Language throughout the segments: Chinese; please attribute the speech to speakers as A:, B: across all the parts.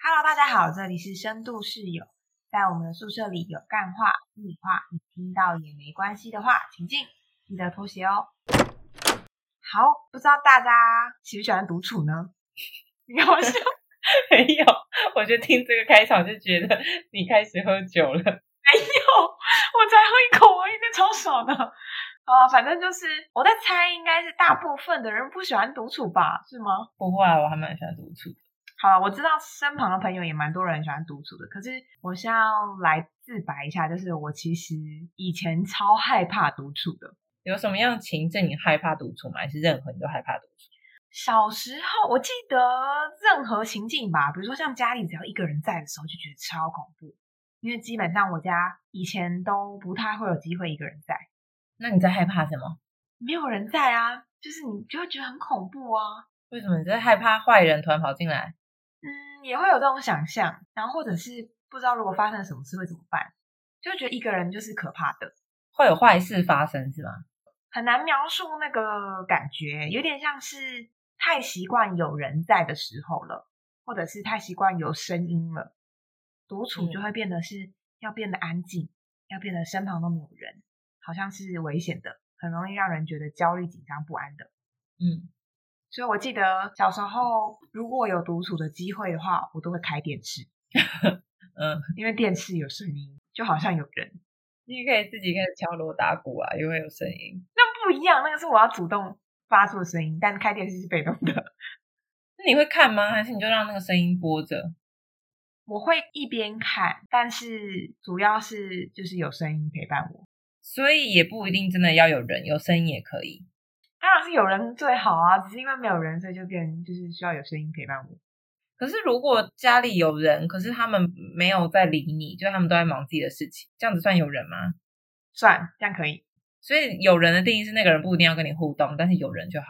A: Hello，大家好，这里是深度室友。在我们的宿舍里有干话、屁话，你听到也没关系的话，请进，记得脱鞋哦。好，不知道大家喜不喜欢独处呢？
B: 你好笑？ 没有，我就听这个开场就觉得你开始喝酒了。
A: 我才喝一口，我应该超爽的。啊，反正就是我在猜，应该是大部分的人不喜欢独处吧？是吗？
B: 不会啊，我还蛮喜欢独处的。
A: 好了，我知道身旁的朋友也蛮多人喜欢独处的，可是我现在要来自白一下，就是我其实以前超害怕独处的。
B: 有什么样的情境你害怕独处吗？还是任何你都害怕独处？
A: 小时候我记得任何情境吧，比如说像家里只要一个人在的时候，就觉得超恐怖，因为基本上我家以前都不太会有机会一个人在，
B: 那你在害怕什么？
A: 没有人在啊，就是你就会觉得很恐怖啊。
B: 为什么你在害怕坏人突然跑进来？
A: 嗯，也会有这种想象，然后或者是不知道如果发生了什么事会怎么办，就觉得一个人就是可怕的，
B: 会有坏事发生是吗？
A: 很难描述那个感觉，有点像是太习惯有人在的时候了，或者是太习惯有声音了，独处
B: 嗯
A: 就会变得是要变得安静，要变得身旁都没有人，好像是危险的，很容易让人觉得焦虑、紧张、不安的。
B: 嗯，
A: 所以我记得小时候如果有独处的机会的话，我都会开电视。
B: 嗯，
A: 因为电视有声音，就好像有人，
B: 你也可以自己开始敲锣打鼓啊，也会有声音。
A: 那不一样。那个是我要主动发出的声音，但开电视是被动的。
B: 那你会看吗？还是你就让那个声音播着？
A: 我会一边看，但是主要是就是有声音陪伴我。
B: 所以也不一定真的要有人，有声音也可以。
A: 当然是有人最好啊，只是因为没有人，所以就变就是需要有声音陪伴我。
B: 可是如果家里有人，可是他们没有在理你，就他们都在忙自己的事情，这样子算有人吗？
A: 算这样可以，
B: 所以有人的定义是那个人不一定要跟你互动，但是有人就好。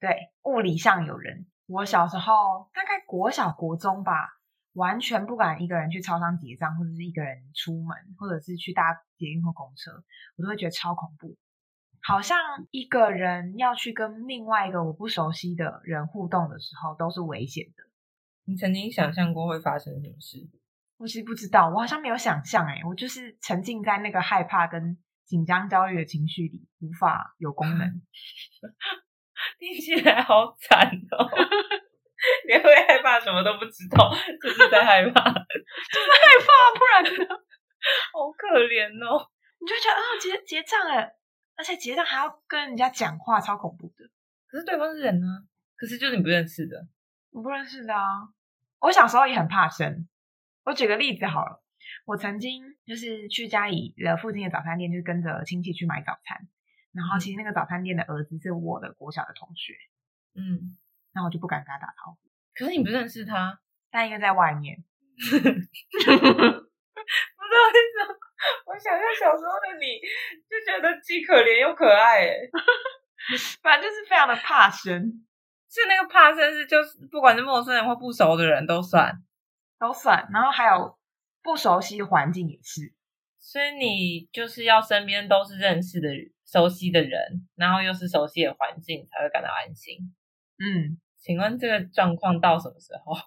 A: 对，物理上有人。我小时候大概国小国中吧，完全不敢一个人去超商结账，或者是一个人出门，或者是去搭捷运或公车，我都会觉得超恐怖。好像一个人要去跟另外一个我不熟悉的人互动的时候，都是危险的。
B: 你曾经想象过会发生什么事？
A: 我其实不知道，我好像没有想象哎、我就是沉浸在那个害怕跟紧张、焦虑的情绪里，无法有功能。
B: 听起来好惨哦！ 你会害怕什么都不知道，就是在害怕，
A: 不然呢？
B: 好可怜哦。
A: 你就会觉得啊、结结账了，而且结账还要跟人家讲话，超恐怖的。
B: 可是对方是人呢、可是就是你不认识的，
A: 我不认识的啊，我小时候也很怕生。我举个例子好了，我曾经就是去家里的附近的早餐店，就是跟着亲戚去买早餐，然后其实那个早餐店的儿子是我的国小的同学，
B: 嗯，
A: 那我就不敢跟他打招呼，
B: 可是你不认识他，
A: 但因为在外面，
B: 不知道为什么，我想象小时候的你就觉得既可怜又可爱，哎，
A: 反正就是非常的怕生，
B: 是那个怕生是就是不管是陌生人或不熟的人都算，
A: 都算，然后还有不熟悉的环境也是，
B: 所以你就是要身边都是认识的、熟悉的人，然后又是熟悉的环境，才会感到安心。
A: 嗯，
B: 请问这个状况到什么时候？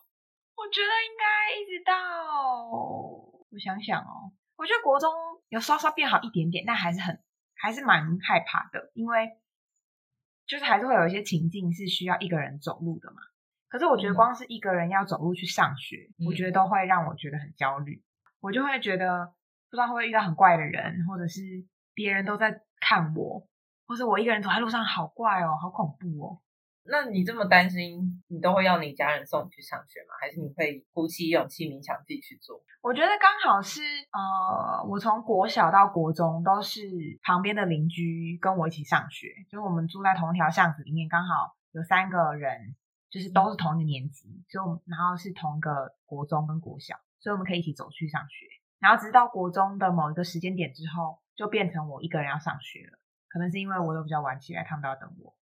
A: 我觉得应该一直到我想想哦，我觉得国中有稍稍变好一点点，但还是很还是蛮害怕的，因为就是还是会有一些情境是需要一个人走路的嘛。可是我觉得
B: 嗯
A: 光是一个人要走路去上学，我
B: 嗯
A: 觉得都会让我觉得很焦虑，我就会觉得不知道会不会遇到很怪的人，或者是别人都在看我，或者我一个人走在路上好怪哦，好恐怖哦。
B: 那你这么担心，你都会要你家人送你去上学吗？还是你会鼓起勇气勉强自己去做？
A: 我觉得刚好是呃，我从国小到国中都是旁边的邻居跟我一起上学，就是我们住在同一条巷子里面，刚好有三个人，就是都是同一个年级，所以我们然后是同一个国中跟国小，所以我们可以一起走去上学。然后直到国中的某一个时间点之后，就变成我一个人要上学了。可能是因为我都比较晚起来，他们都要等我。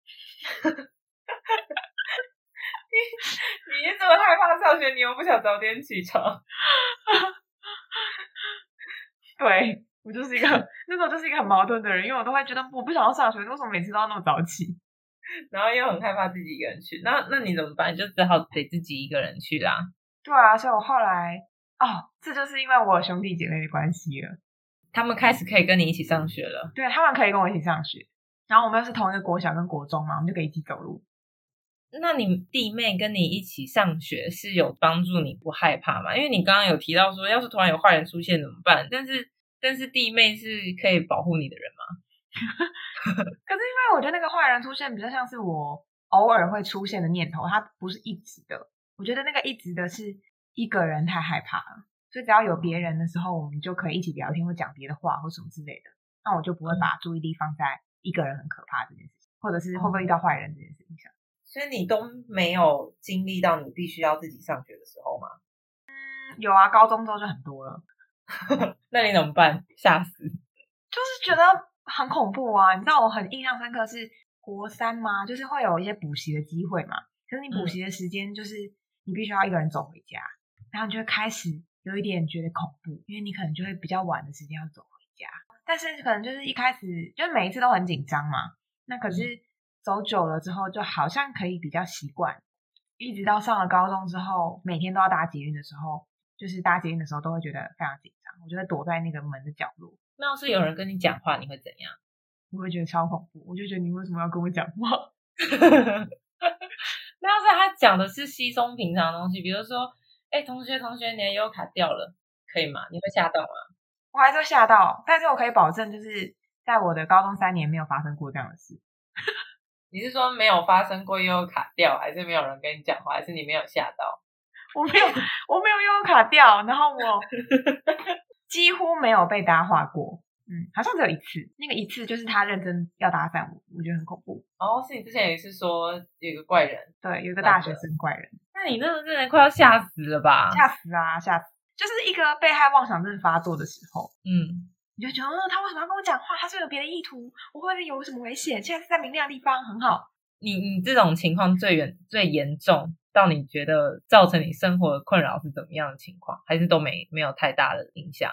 B: 你这么害怕上学，你又不想早点起床，
A: 对我就是一个那时候就是一个很矛盾的人，因为我都会觉得我不想要上学，为什么每次都要那么早起？
B: 然后又很害怕自己一个人去，那那你怎么办？你就只好得自己一个人去啦。
A: 对啊，所以我后来哦，这就是因为我有兄弟姐妹的关系了，
B: 他们开始可以跟你一起上学了。
A: 对他们可以跟我一起上学，然后我们又是同一个国小跟国中嘛，我们就可以一起走路。
B: 那你弟妹跟你一起上学是有帮助你不害怕吗？因为你刚刚有提到说，要是突然有坏人出现怎么办？但是但是弟妹是可以保护你的人吗？
A: 可是因为我觉得那个坏人出现比较像是我偶尔会出现的念头，它不是一直的。我觉得那个一直的是一个人太害怕了，所以只要有别人的时候，我们就可以一起聊天或讲别的话或什么之类的。那我就不会把注意力放在一个人很可怕这件事情，或者是会不会遇到坏人这件事情上。
B: 所以你都没有经历到你必须要自己上学的时候吗？
A: 嗯，有啊，高中之后就很多了，
B: 那你怎么办？吓死！
A: 就是觉得很恐怖啊。你知道我很印象深刻是国三吗？就是会有一些补习的机会嘛，可是你补习的时间就是你必须要一个人走回家，然后你就会开始有一点觉得恐怖，因为你可能就会比较晚的时间要走回家，但是可能就是一开始就是每一次都很紧张嘛，那可是走久了之后就好像可以比较习惯，一直到上了高中之后，每天都要搭捷运的时候，就是搭捷运的时候都会觉得非常紧张，我就会躲在那个门的角落。
B: 那要是有人跟你讲话，你会怎样？
A: 我会觉得超恐怖，我就觉得你为什么要跟我讲话？
B: 那要是他讲的是稀松平常的东西，比如说，哎、同学，同学，你的优卡掉了，可以吗？你会吓到吗？
A: 我还是会吓到，但是我可以保证，就是在我的高中三年没有发生过这样的事。
B: 你是说没有发生过优卡掉，还是没有人跟你讲话，还是你没有吓到？
A: 我 没有，我没有用卡掉，然后 我几乎没有被搭话过。嗯，好像只有一次，那个一次就是他认真要搭讪我，我觉得很恐怖。
B: 哦，是你之前有一次说有一个怪人，
A: 对，有一个大学生怪人，
B: 那你那个真的快要吓死了吧？
A: 吓死啊，吓死！就是一个被害妄想症发作的时候，
B: 嗯，
A: 你就觉得，嗯，他为什么要跟我讲话？他是不是有别的意图？我会不会有什么危险？现在是在明亮的地方，很好。
B: 你你这种情况最严最严重到你觉得造成你生活的困扰是怎么样的情况？还是都没没有太大的影响？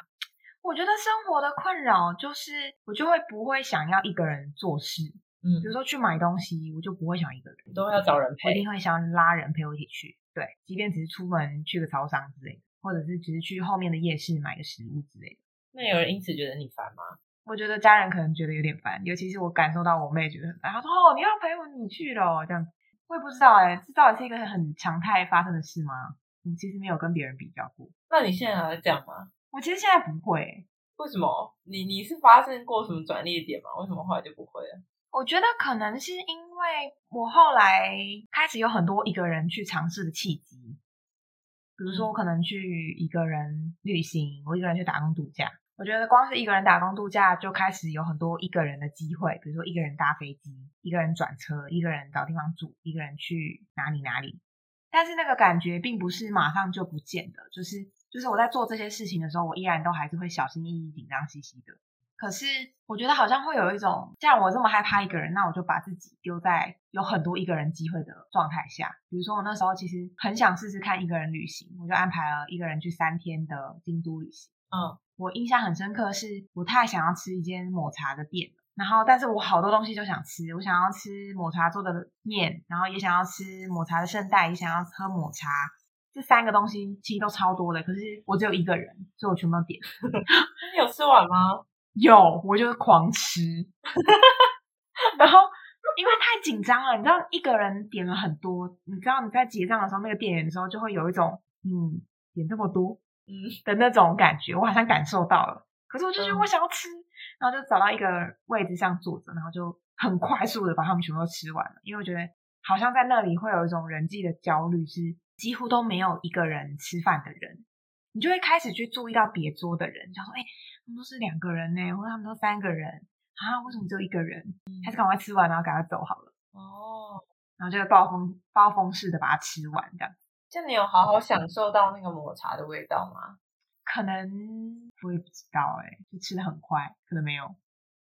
A: 我觉得生活的困扰就是，我就会不会想要一个人做事，
B: 嗯
A: 比如，说去买东西，我就不会想一个人，
B: 都要找人
A: 我一
B: 陪。
A: 定会想拉人陪我一起去。对，即便只是出门去个超商之类的，或者是只是去后面的夜市买个食物之类的。
B: 那有人因此觉得你烦吗？
A: 我觉得家人可能觉得有点烦，尤其是我感受到我妹觉得很烦，她说：“哦，你要陪我你去咯。”这样子。我也不知道哎、这到底是一个很常态发生的事吗？我其实没有跟别人比较过，
B: 那你现在还会这样吗？
A: 我其实现在不会、欸
B: 为什么？你你是发生过什么转捩点吗？为什么后来就不会了？
A: 我觉得可能是因为我后来开始有很多一个人去尝试的契机，比如说我可能去一个人旅行，我一个人去打工度假。我觉得光是一个人打工度假就开始有很多一个人的机会，比如说一个人搭飞机，一个人转车，一个人找地方住，一个人去哪里哪里。但是那个感觉并不是马上就不见的，就是就是我在做这些事情的时候，我依然都还是会小心翼翼、紧张兮兮的。可是我觉得好像会有一种，既然我这么害怕一个人，那我就把自己丢在有很多一个人机会的状态下。比如说我那时候其实很想试试看一个人旅行，我就安排了一个人去三天的京都旅行。
B: 嗯，
A: 我印象很深刻是，我太想要吃一间抹茶的店了，然后但是我好多东西就想吃，我想要吃抹茶做的面，然后也想要吃抹茶的圣代，也想要喝抹茶。这三个东西其实都超多的，可是我只有一个人，所以我全部都点。
B: 那你有吃完吗？
A: 有，我就是狂吃， 然后因为太紧张了，你知道一个人点了很多，你知道你在结账的时候，那个店员的时候就会有一种嗯点这么多
B: 嗯，
A: 的那种感觉，我好像感受到了。可是我就觉得
B: 嗯
A: 我想要吃，然后就找到一个位置上坐着，然后就很快速的把它们全部都吃完了，因为我觉得好像在那里会有一种人际的焦虑，是几乎都没有一个人吃饭的人，你就会开始去注意到别桌的人，想说，哎、他们都是两个人呢、或者他们都三个人啊，为什么只有一个人？还是赶快吃完，然后赶快走好了，
B: 哦，
A: 然后就暴风暴风式的把它吃完，这样
B: 这样你有好好享受到那个抹茶的味道吗？
A: 可能我也不知道哎、就吃的很快，可能没有。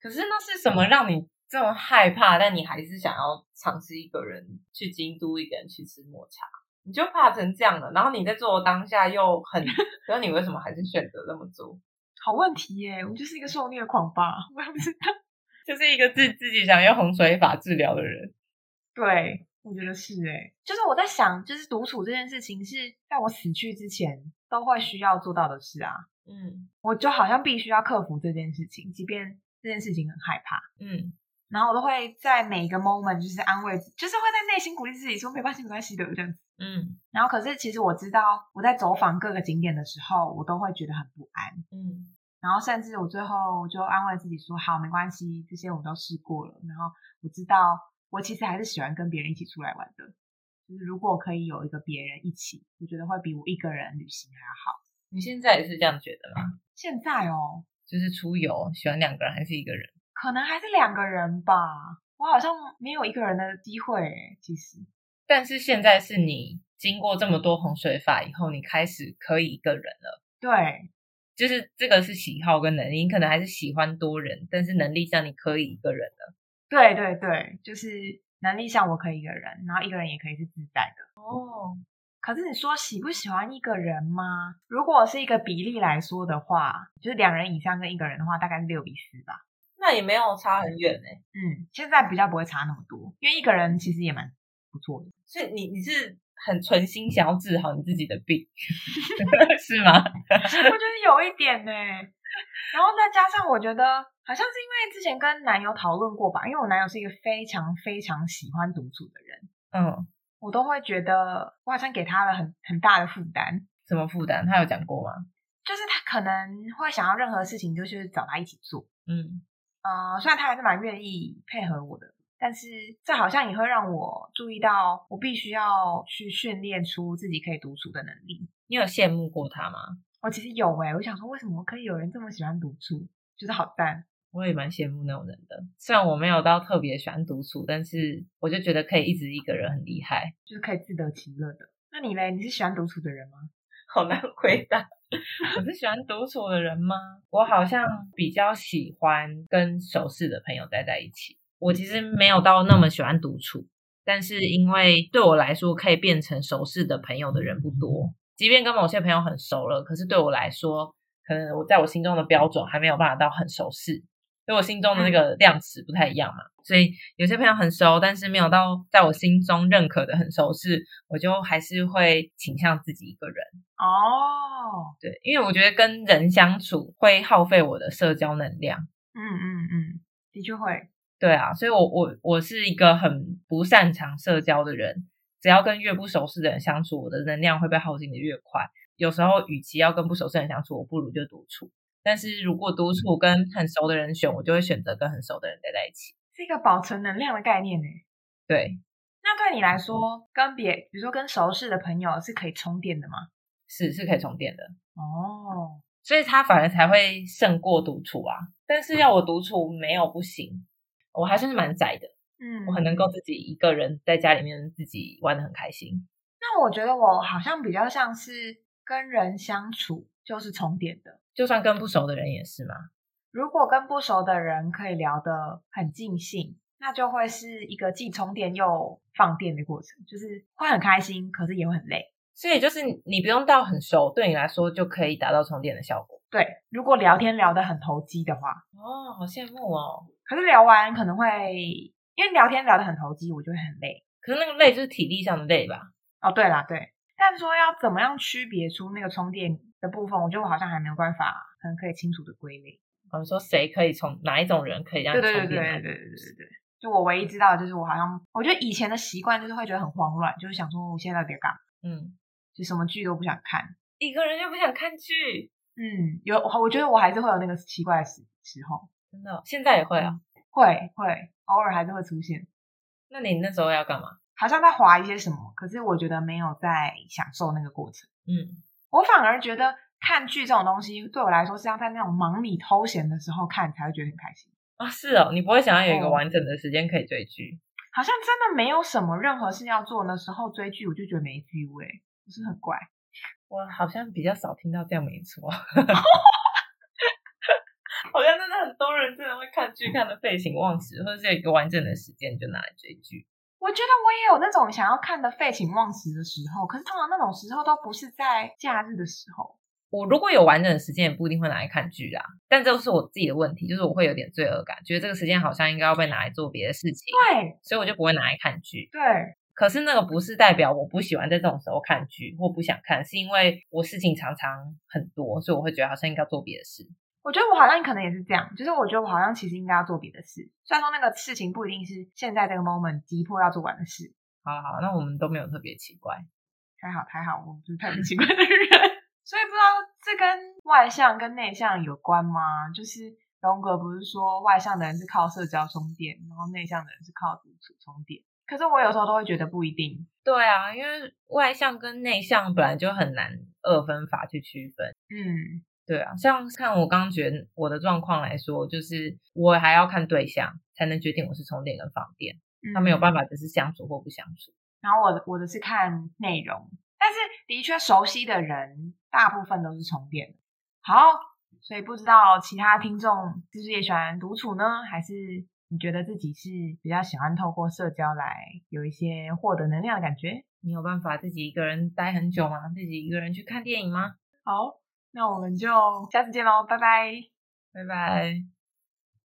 B: 可是那是什么让你这么害怕，但你还是想要尝试一个人去京都，一个人去吃抹茶？你就怕成这样了，然后你在做的当下又很， 可是你为什么还是选择这么做？
A: 好问题耶、我就是一个受虐狂吧，我也不知道。
B: 就是一个自自己想用洪水法治疗的人。
A: 对，我觉得是哎、就是我在想，就是独处这件事情是在我死去之前都会需要做到的事啊。
B: 嗯
A: 我就好像必须要克服这件事情，即便这件事情很害怕，
B: 嗯，
A: 然后我都会在每一个 moment 就是安慰，就是会在内心鼓励自己说没关系，没关系的这样子。
B: 嗯
A: 然后可是其实我知道，我在走访各个景点的时候，我都会觉得很不安。
B: 嗯
A: 然后甚至我最后就安慰自己说，好，没关系，这些我都试过了。然后我知道，我其实还是喜欢跟别人一起出来玩的。就是如果可以有一个别人一起，我觉得会比我一个人旅行还要好。
B: 你现在也是这样觉得吗？
A: 现在哦，
B: 就是出游喜欢两个人还是一个人？
A: 可能还是两个人吧。我好像没有一个人的机会、欸，其实
B: 但是现在是你经过这么多洪水法以后，你开始可以一个人了。
A: 对
B: 就是这个是喜好跟能力，你可能还是喜欢多人，但是能力上你可以一个人啊了。
A: 对对对，就是能力上我可以一个人，然后一个人也可以是自在的。
B: 哦，
A: 可是你说喜不喜欢一个人吗？如果是一个比例来说的话，就是两人以上跟一个人的话，大概是六比四吧。
B: 那也没有差很远哎、
A: 嗯，现在比较不会差那么多，因为一个人其实也蛮不错的。
B: 所以你你是很存心想要治好你自己的病， 是吗？
A: 我觉得有一点呢、然后再加上我觉得好像是因为之前跟男友讨论过吧，因为我男友是一个非常非常喜欢独处的人，
B: 嗯，
A: 我都会觉得我好像给他了很很大的负担，
B: 什么负担？他有讲过吗？
A: 就是他可能会想要任何事情就去找他一起做，
B: 嗯
A: 呃，虽然他还是蛮愿意配合我的，但是这好像也会让我注意到，我必须要去训练出自己可以独处的能力。
B: 你有羡慕过他吗？
A: 我其实有诶、我想说为什么可以有人这么喜欢独处，就是好赞。
B: 我也蛮羡慕那种人的，虽然我没有到特别喜欢独处，但是我就觉得可以一直一个人很厉害。
A: 就是可以自得其乐的。那你嘞？你是喜欢独处的人吗？
B: 好难回 答。我是喜欢独处的人吗？我好像比较喜欢跟熟识的朋友待在一起。我其实没有到那么喜欢独处，但是因为对我来说，可以变成熟识的朋友的人不多。即便跟某些朋友很熟了，可是对我来说，可能我在我心中的标准还没有办法到很熟识，因为我心中的那个量尺不太一样嘛。所以有些朋友很熟，但是没有到在我心中认可的很熟识，我就还是会倾向自己一个人。
A: 哦，
B: 对，因为我觉得跟人相处会耗费我的社交能量。
A: 嗯嗯嗯，的确会。
B: 对啊，所以我我我是一个很不擅长社交的人，只要跟越不熟识的人相处，我的能量会被耗尽的越快。有时候，与其要跟不熟识的人相处，我不如就独处。但是如果独处跟很熟的人选，我就会选择跟很熟的人待在一起。
A: 是一个保存能量的概念呢。欸
B: 对，
A: 那对你来说，跟别比如说跟熟识的朋友是可以充电的吗？
B: 是是可以充电的。
A: 哦，
B: 所以他反而才会胜过独处啊。但是要我独处没有不行，我还算是蛮宅的，
A: 嗯
B: 我很能够。自己一个人在家里面自己玩的很开心。
A: 那我觉得我好像比较像是跟人相处就是重点的。
B: 就算跟不熟的人也是嘛，
A: 如果跟不熟的人可以聊得很尽兴，那就会是一个既充电又放电的过程，就是会很开心，可是也会很累。
B: 所以就是你你不用到很熟，对你来说就可以达到充电的效果。
A: 对，如果聊天聊得很投机的话，
B: 哦，好羡慕哦！
A: 可是聊完可能会因为聊天聊得很投机，我就会很累。
B: 可是那个累就是体力上的累吧？
A: 哦，对啦，对，但说要怎么样区别出那个充电的部分，我觉得我好像还没有办法，可能可以清楚的归类。
B: 我们说谁可以从哪一种人可以让
A: 对
B: 你
A: 对对
B: 充
A: 对对
B: 电？
A: 对对对。就我唯一知道的就是我好像，我觉得以前的习惯就是会觉得很慌乱，就是想说我现在到底要干嘛，
B: 嗯，
A: 就什么剧都不想看。
B: 一个人就不想看剧，
A: 嗯，有，我觉得我还是会有那个奇怪的时时候，
B: 真的哦，现在也会啊。
A: 会会偶尔还是会出现。
B: 那你那时候要干嘛？
A: 好像在划一些什么，可是我觉得没有在享受那个过程。
B: 嗯，
A: 我反而觉得看剧这种东西对我来说是要在那种忙里偷闲的时候看才会觉得很开心。
B: 啊、是哦，你不会想要有一个
A: 哦
B: 完整的时间可以追剧？
A: 好像真的没有什么任何事要做的时候追剧，我就觉得没趣味，不是很怪。
B: 我好像比较少听到这样，没错。好像真的很多人真的会看剧看的废寝忘食，或者是有一个完整的时间就拿来追剧。
A: 我觉得我也有那种想要看的废寝忘食的时候，可是通常那种时候都不是在假日的时候。
B: 我如果有完整的时间，也不一定会拿来看剧啦。但这是我自己的问题，就是我会有点罪恶感，觉得这个时间好像应该要被拿来做别的事情，
A: 对
B: 所以我就不会拿来看剧。
A: 对，
B: 可是那个不是代表我不喜欢在这种时候看剧或不想看，是因为我事情常常很多，所以我会觉得好像应该做别的事。
A: 我觉得我好像可能也是这样，就是我觉得我好像其实应该要做别的事，虽然说那个事情不一定是现在这个 moment 急迫要做完的事。
B: 好了好了，那我们都没有特别奇怪。
A: 还好还好，我不是特别奇怪的人， 所以不知道这跟外向跟内向有关吗？就是荣格不是说外向的人是靠社交充电，然后内向的人是靠独处充电。可是我有时候都会觉得不一定，
B: 对啊，因为外向跟内向本来就很难二分法去区分。
A: 嗯，
B: 对啊，像看我刚刚觉得我的状况来说，就是我还要看对象才能决定我是充电跟放电，
A: 嗯
B: 那没有办法只是相处或不相处。
A: 然后我的我的是看内容，但是的确熟悉的人大部分都是重叠的。好，所以不知道其他听众是不是也喜欢独处呢？还是你觉得自己是比较喜欢透过社交来有一些获得能量的感觉？
B: 你有办法自己一个人待很久吗？自己一个人去看电影吗？
A: 好，那我们就下次见喽，拜拜。
B: 拜拜。